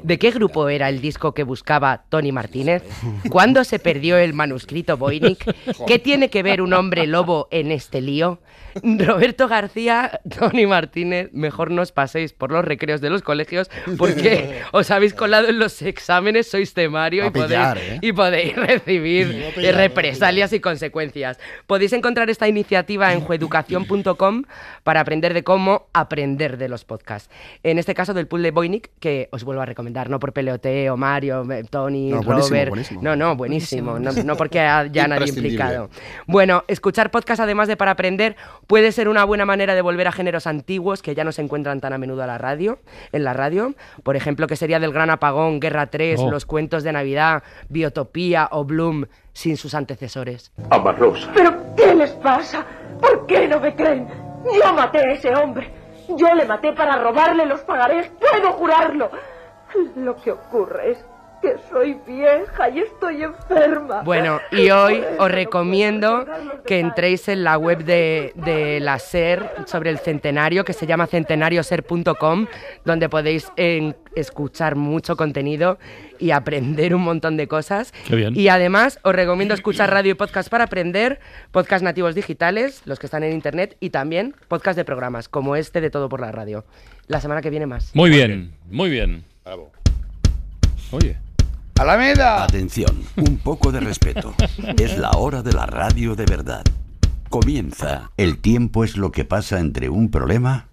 ¿De qué grupo era el disco que buscaba Tony Martínez? ¿Cuándo se perdió el manuscrito Voynich? ¿Qué tiene que ver un hombre lobo en este lío? Roberto García, Tony Martínez, mejor no os paséis por los recreos de los colegios porque os habéis colado en los exámenes, sois temario
Va
y
a pillar,
podéis,
¿eh?
y podéis recibir
Va a
eh,
pillar,
represalias y consecuencias. Podéis encontrar esta iniciativa en jueducación.com para aprender de cómo aprender de los podcasts. En este caso del pool de Boynik, que os vuelvo a recomendar, no por Peloteo, Mario, eh, Tony,
No, buenísimo,
Robert.
buenísimo.
No, no, buenísimo. No,
Buenísimo.
no porque haya nadie
Imprescindible.
implicado. Bueno, escuchar podcast, además de para aprender, puede ser una buena manera de volver a géneros antiguos que ya no se encuentran tan a menudo a la radio, en la radio. Por ejemplo, que sería del Gran Apagón, Guerra 3,
Oh.
Los Cuentos de Navidad, Biotopía o Bloom sin sus antecesores.
Amarrosa. ¿Pero qué les pasa? ¿Por qué no me creen? Yo maté a ese hombre. Yo le maté para robarle los pagarés, puedo jurarlo. Lo que ocurre es que soy vieja y estoy enferma.
Bueno, y hoy os recomiendo que entréis en la web de, de la SER sobre el centenario, que se llama centenarioser.com, donde podéis eh, escuchar mucho contenido y aprender un montón de cosas.
Qué bien.
Y además os recomiendo escuchar radio y podcast para aprender, podcast nativos digitales, los que están en internet, y también podcast de programas, como este de Todo por la Radio. La semana que viene más.
Muy bien, muy bien.
Bravo.
Oye.
¡Alameda!
Atención, un poco de respeto. Es la hora de la radio de verdad. Comienza. El tiempo es lo que pasa entre un problema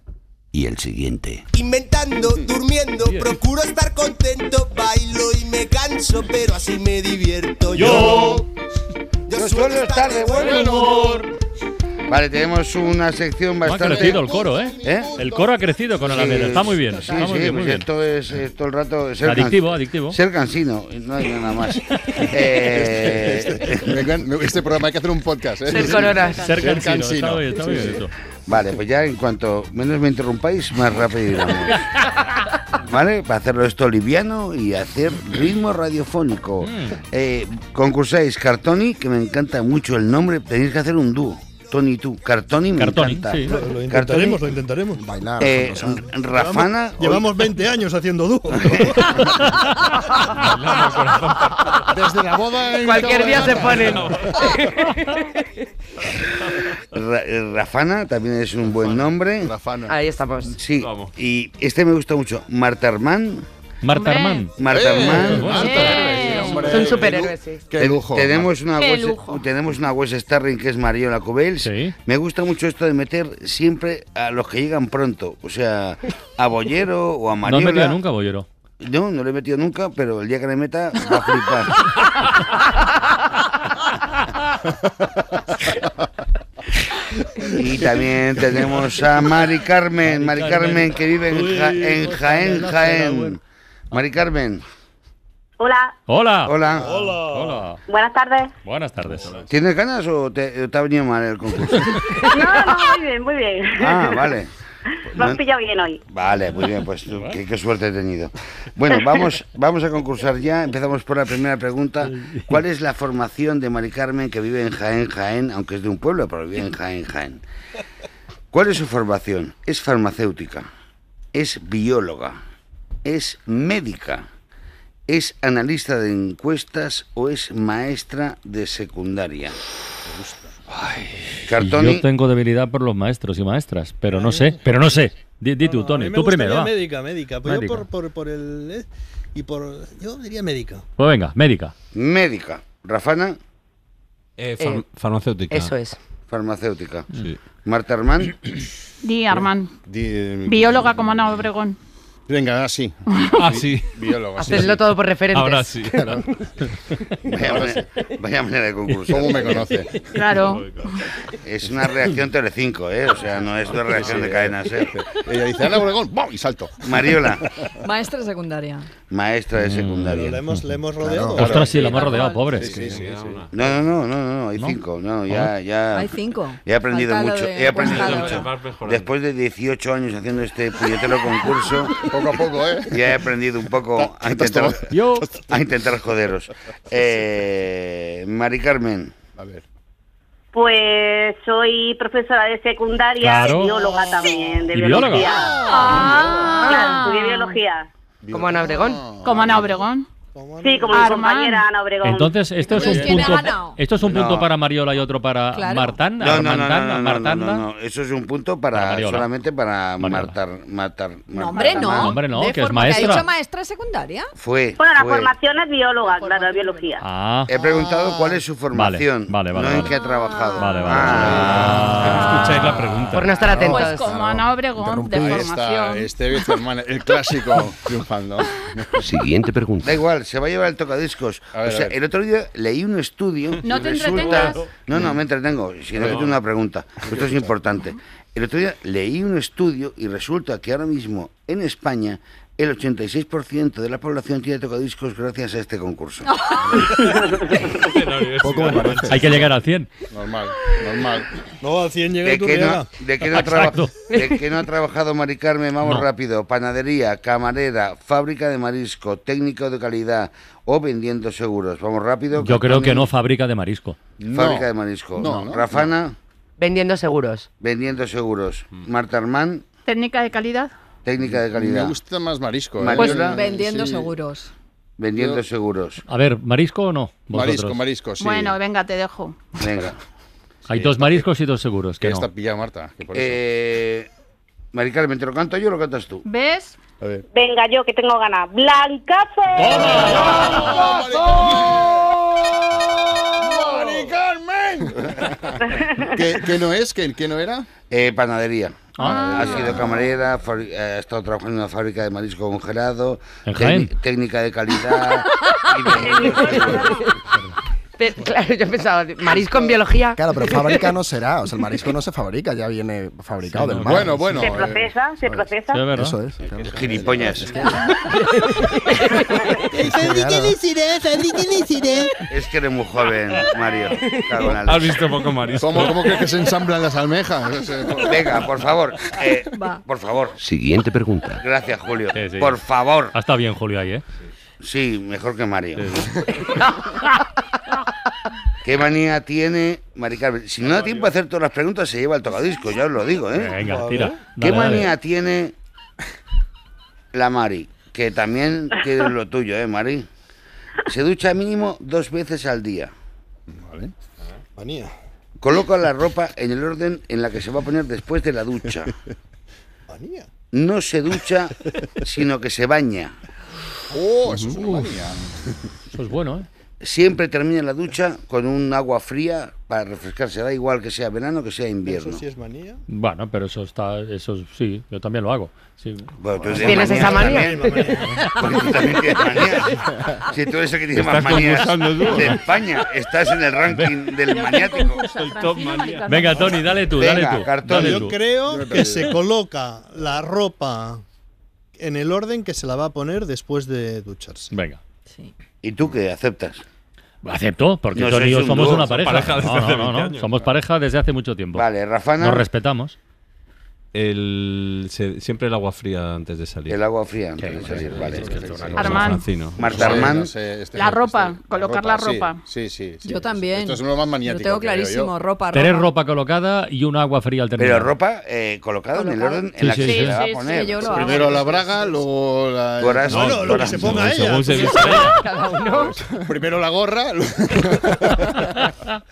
y el siguiente.
Inventando, durmiendo, procuro estar contento, bailo y me canso, pero así me divierto yo. Yo, suelo estar de buen humor.
Vale, tenemos una sección
Ha
bastante.
crecido el coro, ¿eh? El coro ha crecido con Alameda.
Sí,
Está muy bien.
Sí,
está muy
sí,
bien, muy
pues
bien.
esto es eh, todo el rato. ser
Adictivo,
can-
adictivo.
Ser cansino, no hay nada más. Eh,
Este, este programa hay que hacer un podcast. ¿eh?
Ser con horas.
Ser
Ser cansino,
cansino.
está muy bien, está muy
Sí,
bien
sí.
eso. Vale, pues ya en cuanto menos me interrumpáis, más rápido iremos. ¿Vale? Para hacerlo esto liviano y hacer ritmo radiofónico. Eh, concursáis Cartoni, que me encanta mucho el nombre. Tenéis que hacer un dúo. Tony y tú. Cartoni me
Cartoni,
encanta.
sí. Lo, lo
Cartoni,
intentaremos, Ah, lo intentaremos. Bailar.
Eh, r- Rafana,
Llevamos,
hoy-
llevamos 20 años haciendo dúo.
Desde la boda. Cualquier día se ponen.
Ra- eh, Rafana también es un buen nombre. Rafana.
Ahí estamos.
Sí. Y este me gusta mucho. Marta Armán.
Marta Armán.
Marta
Eh,
Armán.
bueno. Eh, Hombre, son superhéroes, sí. qué
Te-
lujo,
Tenemos
Marta.
una,
Qué
Wes,
lujo.
tenemos una Wes Starring que es Mariola Cubels. Me gusta mucho esto de meter siempre a los que llegan pronto. O sea, a Bollero o a
No has
Mariola.
metido nunca, Bollero.
No, no le he metido nunca, pero el día que le meta va a flipar. y también tenemos a Mari Carmen, Mari Carmen que vive en, Ja- en Jaén, Jaén. Mari Carmen.
Hola,
Hola.
Hola.
Hola.
buenas tardes.
Buenas tardes.
¿Tienes ganas o te, o te ha venido mal el concurso?
No, no, muy bien, muy bien.
Ah, vale.
Me han pillado bien hoy.
Vale, muy bien, pues tú, qué, qué suerte he tenido. Bueno, vamos, vamos a concursar ya. Empezamos por la primera pregunta. ¿Cuál es la formación de Mari Carmen que vive en Jaén, Jaén, aunque es de un pueblo, pero vive en Jaén, Jaén? ¿Cuál es su formación? ¿Es farmacéutica? ¿Es bióloga? ¿Es médica? ¿Es analista de encuestas o es maestra de secundaria? Cartoni.
Yo tengo debilidad por los maestros y maestras, pero no sé, pero no sé. Di, di tú, Tony,
me
tú primero,
gustaría
va.
Médica, médica. Pues
Médica.
yo por, por, por el. eh, y por. Yo diría médica.
Pues venga, médica.
Médica. Rafana.
far- Eh, farmacéutica. eso
es.
Farmacéutica. Marta Armán.
Di, Armán. Bióloga como Ana Obregón.
eh, Venga, así.
sí.
Biólogo. así.
Hacedlo todo por referentes.
Ahora sí.
Claro. Vaya,
Ahora
manera, vaya manera de concurso.
¿Cómo me conoce?
Claro.
Es una reacción Telecinco, ¿eh? O sea, no es una reacción de cadenas, ¿eh?
Ella dice, Ana Obregón, ¡bum! y salto.
Mariola,
Maestra de secundaria.
maestra
Mm,
de secundaria.
Le hemos, le hemos rodeado.
Ostras, sí, la hemos rodeado, pobre.
No, no, no, no, no, no, hay cinco. No, ya, ya.
Hay cinco.
He aprendido
Falta lo
mucho.
de
He aprendido
encuestadora.
mucho.
Vas mejorando.
Después de 18 años haciendo este puñetero concurso, poco a poco, ¿eh? Ya he aprendido un poco a intentar, a intentar joderos. Eh, Mari Carmen. A ver.
Pues soy profesora de secundaria
Claro.
y bióloga también, de
¿Y bióloga?
biología.
Ah.
Claro, estudié biología.
Como Ana Obregón.
Como Ana Obregón.
Sí, como mi
Armán.
compañera Ana Obregón.
Entonces, esto es
Pues
un
¿quién ha
punto
ganado?
esto es un punto
No.
para Mariola y otro para
Claro.
Martán,
No, no, no, no,
Martanda,
no, no,
Martanda.
no, no, Eso es un punto para
Mariola.
solamente para Marta, Marta,
No, hombre, no. De forma- ¿Te ha dicho maestra de secundaria?
Fue.
Bueno, la
fue.
formación es bióloga, claro, de biología.
He preguntado cuál es su formación,
Ah. vale, vale,
no en
vale.
qué ha trabajado. Ah.
Escucháis la pregunta.
Por no estar
Pues como Ana Obregón, de
Ahí
formación.
está, este vez, hermana, el clásico triunfando.
Siguiente pregunta.
Da igual, se va a llevar el tocadiscos.
ver,
o
a
sea,
ver.
el otro día leí un estudio.
No
y
te
resulta-
entretengas.
No, no, me entretengo, sino que
No.
tengo una pregunta. Esto es importante. El otro día leí un estudio y resulta que ahora mismo en España el 86% de la población tiene tocadiscos gracias a este concurso.
Poco me parece. Hay que llegar al 100.
Normal, normal.
No, al 100 llega
¿De
tu
qué, no,
regla.
de, qué no ha
Exacto.
traba- de qué no ha trabajado Mari Carmen? Vamos
No.
rápido. Panadería, camarera, fábrica de marisco, técnico de calidad o vendiendo seguros. Vamos rápido.
Yo creo que
Carmen.
no fabrica de marisco.
Fábrica de marisco.
No,
No,
no,
Rafana.
Vendiendo seguros.
Vendiendo seguros.
Mm.
Marta Armán,
Técnica de calidad.
técnica de calidad.
Me gusta más marisco. ¿eh?
Pues
Mariola,
vendiendo
sí.
seguros.
Vendiendo seguros.
A ver, ¿marisco o no?
Marisco,
Vosotros.
marisco, Pues sí.
Bueno, venga, te dejo.
Venga.
Hay dos mariscos y dos seguros. Que
Que
no.
está pillada Marta. Que por eso.
Eh, Mari Carmen, ¿te lo canto yo o lo cantas tú?
¿Ves?
A ver.
Venga, yo que tengo ganas. ¡Blancazo!
¡Mari Carmen! ¿Qué, qué no es? ¿Qué, qué no era?
Eh, panadería.
Ah.
Ha sido camarera, fabri- eh, ha estado trabajando en una fábrica de marisco congelado,
¿En
técni-
Jaén?
técnica de calidad. y vendiendo seguros.
Pe- claro, yo pensaba, marisco en biología.
Claro, pero fábrica no será. O sea, el marisco no se fabrica, ya viene fabricado del mar.
Bueno, bueno.
se
eh,
procesa, se procesa.
Eso es. claro.
Gilipollas. Es que eres muy joven, Mario. Cago en la leche.
Has visto poco marisco. ¿Cómo, cómo crees que se ensamblan las almejas?
Venga, por favor. eh, por favor.
Siguiente pregunta.
Gracias, Julio. Por favor.
Ha estado bien, Julio, ahí, ¿eh?
Sí, mejor que Mario. ¿Qué manía tiene Mari Carmen? Si no da tiempo a hacer todas las preguntas, se lleva el tocadisco, ya os lo digo, ¿eh?
Venga, tira.
¿Qué
Dale, dale.
manía tiene la Mari? Que también tiene lo tuyo, ¿eh, Mari? Se ducha mínimo dos veces al día. Vale.
Manía.
Coloca la ropa en el orden en la que se va a poner después de la ducha.
Manía.
No se ducha, sino que se baña.
Oh, eso es una manía.
Eso es bueno, ¿eh?
Siempre termina la ducha con un agua fría para refrescarse. Da igual que sea verano que sea invierno.
Eso sí es manía.
Bueno, pero eso está, eso sí, yo también lo hago. Sí.
Bueno, tú ¿Tienes tienes manía esa manía? también. Porque tú también tienes manía. Si tú eres el que tiene más
Estás
manías
concursando tú,
de
¿no?
España, estás en el ranking del maniático.
Venga, Tony, dale tú,
Venga,
dale tú.
cartón.
dale
Yo
tú.
Yo
Creo
también.
que se coloca la ropa en el orden que se la va a poner después de ducharse.
Venga.
¿Y tú qué aceptas?
Acepto, porque
No
Tony y
sois
yo
un
somos
dúo,
una
son
pareja.
pareja desde
No, no,
hace
no,
20
no,
años.
Somos pareja desde hace mucho tiempo.
Vale, Rafana.
Nos respetamos.
El, se- siempre el agua fría antes de salir.
El agua fría antes de salir, vale.
Armand.
Marta Armand.
La este ropa, colocar la
sí,
ropa.
Sí, sí. sí.
Yo también.
Esto es lo más
Yo
maniático.
tengo
que veo yo.
clarísimo, ropa,
Tener ropa colocada y un agua fría al terminar.
Pero ropa eh, colocada en el
Colocada.
orden en
Sí,
la
sí,
que se
sí.
la va a
Sí, sí,
poner.
yo lo
Primero la braga, luego la.
Corazón. No, lo- lo que se ponga
Corazón.
ella. Según se vista
Cada uno.
Primero la gorra. luego-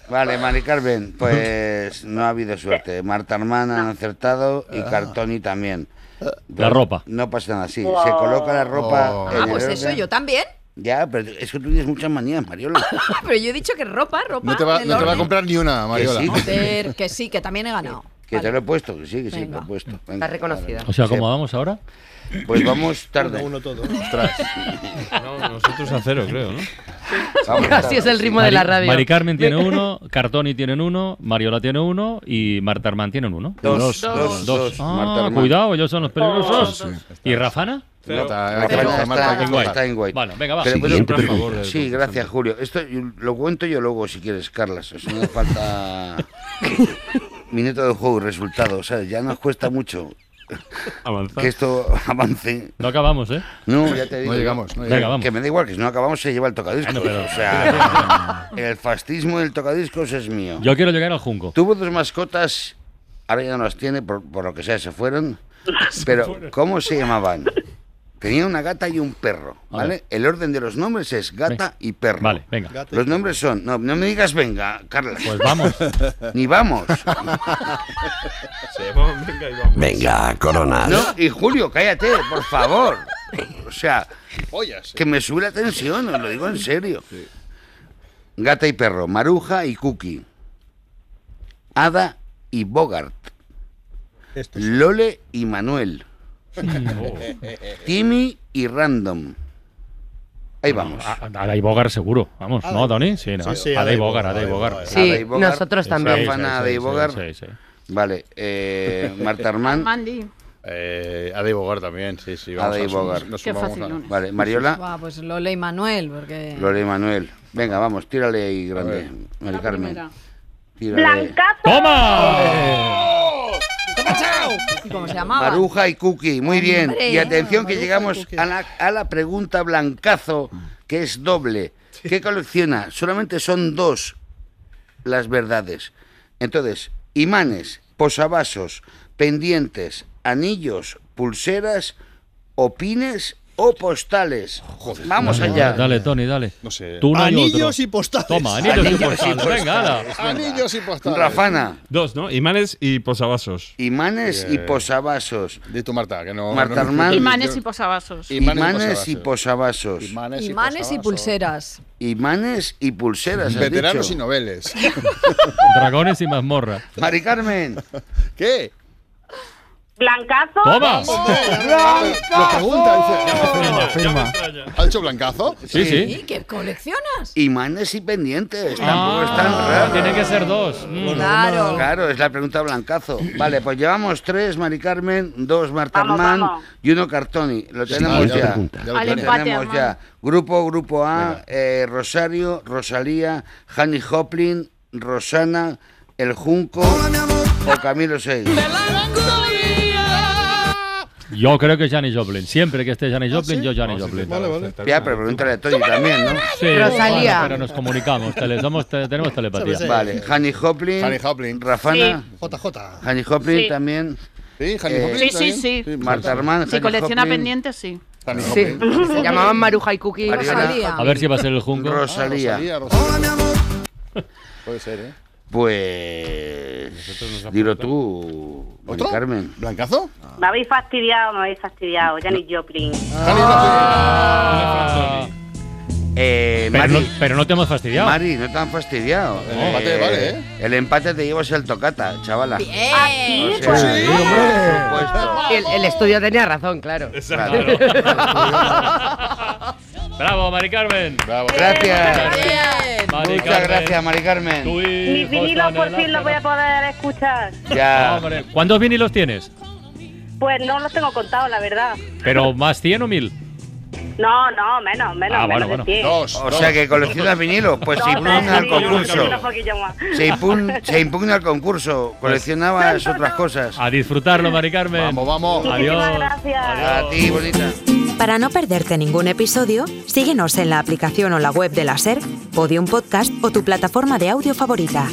Vale, Mari Carmen, pues no ha habido suerte. Marta Armana han acertado
Ah.
y Cartoni también. Pues
La ropa.
No pasa nada, sí. Se coloca la ropa.
Oh.
en
Ah,
el
pues eso,
orden.
yo también. Ah,
Ya, pero es que tú tienes muchas manías, Mariola.
Pero yo he dicho que ropa, ropa.
No te va,
en el
no te va a
orden.
comprar ni una, Mariola.
Que sí,
Joder, que sí, que también he ganado.
que te lo he puesto, que sí, que sí, te
Venga.
lo he puesto. Venga,
Está reconocida.
O sea, ¿cómo vamos ahora?
vale. Pues vamos tarde.
Uno, uno todo.
No, nosotros a cero, creo, ¿no?
Vamos
Así
tarde.
es el ritmo de
Mari-
la radio.
Mari Carmen tiene uno, Cartoni tiene uno, Mariola tiene uno y Marta Armán tiene uno.
Dos, dos, dos. dos.
Ah,
Marta Armán.
cuidado, ellos son los
Oh,
peligrosos. ¿Y Rafana?
Marta, Marta, está,
Guay.
está en Guay.
Bueno, venga, va.
Pero pues, puedo-
Siguiente pregunta.
sí, gracias, Julio. Esto yo- lo cuento yo luego, si quieres, Carlas. Eso no hace falta minuto de juego y resultado. O sea, ya nos cuesta mucho
Avanza.
que esto avance.
No acabamos, ¿eh?
No, ya te digo.
No llegamos, no llegamos.
yo,
Venga, vamos.
Que me da igual, que si no acabamos se lleva el tocadiscos.
Bueno, pero-
O sea, el fascismo del tocadiscos es mío.
Yo quiero llegar al Junco.
Tuvo dos mascotas, ahora ya no las tiene, por, por lo que sea, se fueron. Pero, ¿cómo se llamaban? Tenía una gata y un perro, ¿vale? El orden de los nombres es gata y perro.
Vale, venga.
Los nombres son, no, no me digas venga, Carla.
Pues vamos.
Ni vamos.
Venga, coronas.
No, y Julio, cállate, por favor. O sea,
Pollas.
que me sube la tensión, os lo digo en serio. Gata y perro, Maruja y Cookie. Ada y Bogart. Lole y Manuel. Timmy y Random. Ahí vamos.
A- a- Adai Bogar seguro. Vamos, ¿no, Tony? Sí, no.
Sí, sí,
Adai
Adai
Bogar,
Bogar,
Adai
Adai
Bogar.
Bogar.
Sí,
Ada y Bogart.
nosotros también.
Rafa, Ana de Bogar.
Sí, sí.
Vale, eh, Marta Armán.
Mandy.
Eh, Ada y Bogart también, sí, sí. vamos
Ada y
a-
Bogart.
nos
Qué
sumamos
facilón.
Vale, Mariola.
Buah, pues Lola y Manuel, porque.
Lore y Manuel. Venga, vamos, tírale ahí, grande. Mari
La
Carmen.
primera.
eh.
Tírale.
¡Blancazo!
¿Y cómo se llamaba?
Maruja y Cookie, muy bien.
Hombre.
Y atención que
Maruja y
llegamos
Cookie.
a la, a la pregunta blancazo, que es doble. ¿Qué colecciona? Solamente son dos las verdades. Entonces, imanes, posavasos, pendientes, anillos, pulseras, opines o postales. Vamos
Dale,
allá.
Dale, Tony, dale.
No sé.
Tú uno y otro.
Anillos y postales.
Toma, anillos y
Anillos y
postales. Venga, ala.
Anillos y postales.
Rafana,
Dos, ¿no? Imanes y posavasos.
imanes y posavasos.
Di tu Marta, que no.
Marta
no-
Armán.
Imanes y
Eh,
Imanes
posavasos.
y
Imanes y posavasos.
Imanes y
Imanes y
posavasos.
pulseras.
Imanes y pulseras. has
Veteranos
dicho.
y noveles.
Dragones y mazmorra.
Mari Carmen.
¿Qué?
¿Blancazo?
¡Toma!
Lo pregunta, dice. Afirma, ¿Ha hecho blancazo?
Sí, sí.
¿Qué coleccionas?
Imanes y pendientes. Tampoco es tan raro.
Ah,
Mm.
Tiene que ser dos.
Claro.
Claro, es la pregunta blancazo. Vale, pues llevamos tres Mari Carmen, dos Marta Armán y uno Cartoni. Lo
Sí,
tenemos
ya lo
ya.
pregunta.
Lo
Al
tenemos
empate, Armán.
ya. Grupo, grupo A, eh, Rosario, Rosalía, Hanny Hoplin, Rosana, El Junco o Camilo Seis.
Yo creo que Janis Joplin. Siempre que esté
¿Ah,
Janis Joplin, yo Janis Joplin.
Vale, vale. Ya, pero pregúntale a Toño también, ¿no?
Sí,
Rosalía.
bueno, pero nos comunicamos, tele- somos- te- tenemos telepatía.
Vale, Hanny Hoplin, Rafana,
JJ.
Hanny Hoplin
Sí.
también. Eh,
Sí,
Hanny Hoplin Sí, sí, también. sí.
Marta Armán,
Si
Hanny
colecciona
Hoplin,
pendientes, sí.
Sí. Se llamaban Maruja y Cookie y
Mariana. Ah,
Rosalía.
A ver si va a ser el Junco.
Ah,
Rosalía.
Hola, mi amor. Puede ser, ¿eh?
Pues. Dilo tú, Mari Carmen.
¿Blancazo?
Me habéis fastidiado, me habéis fastidiado. Janis Joplin.
Ah.
Eh,
Pero
Mari,
no- pero no te hemos fastidiado.
Mari, no te han fastidiado.
El empate vale, ¿eh?
El empate te llevas el tocata, chavala.
Aquí,
O sea, pues,
el, el estudio tenía razón, claro.
Bravo, Mari Carmen.
Bravo.
Gracias.
Mari
Muchas
Carmen.
gracias, Mari Carmen.
Tú y
Mis
José
vinilos por
Anela.
fin los voy a poder escuchar.
Ya.
Hombre, ¿Cuántos vinilos tienes?
Pues no los tengo contados, la verdad.
¿Pero más 100 o 1000?
No, no, menos, menos.
Ah, bueno,
menos
bueno.
de 100.
O sea que colecciona vinilo, pues se
Dos,
impugna
tres,
el
sí, yo
concurso.
colecciono un poquillo más.
Se impugna, se impugna el concurso, coleccionabas otras cosas.
A disfrutarlo, Mari Carmen. Vamos,
vamos.
Adiós.
Muchísimas gracias.
A ti, bonita.
Para no perderte ningún episodio, síguenos en la aplicación o la web de la SER, Podium Podcast o tu plataforma de audio favorita.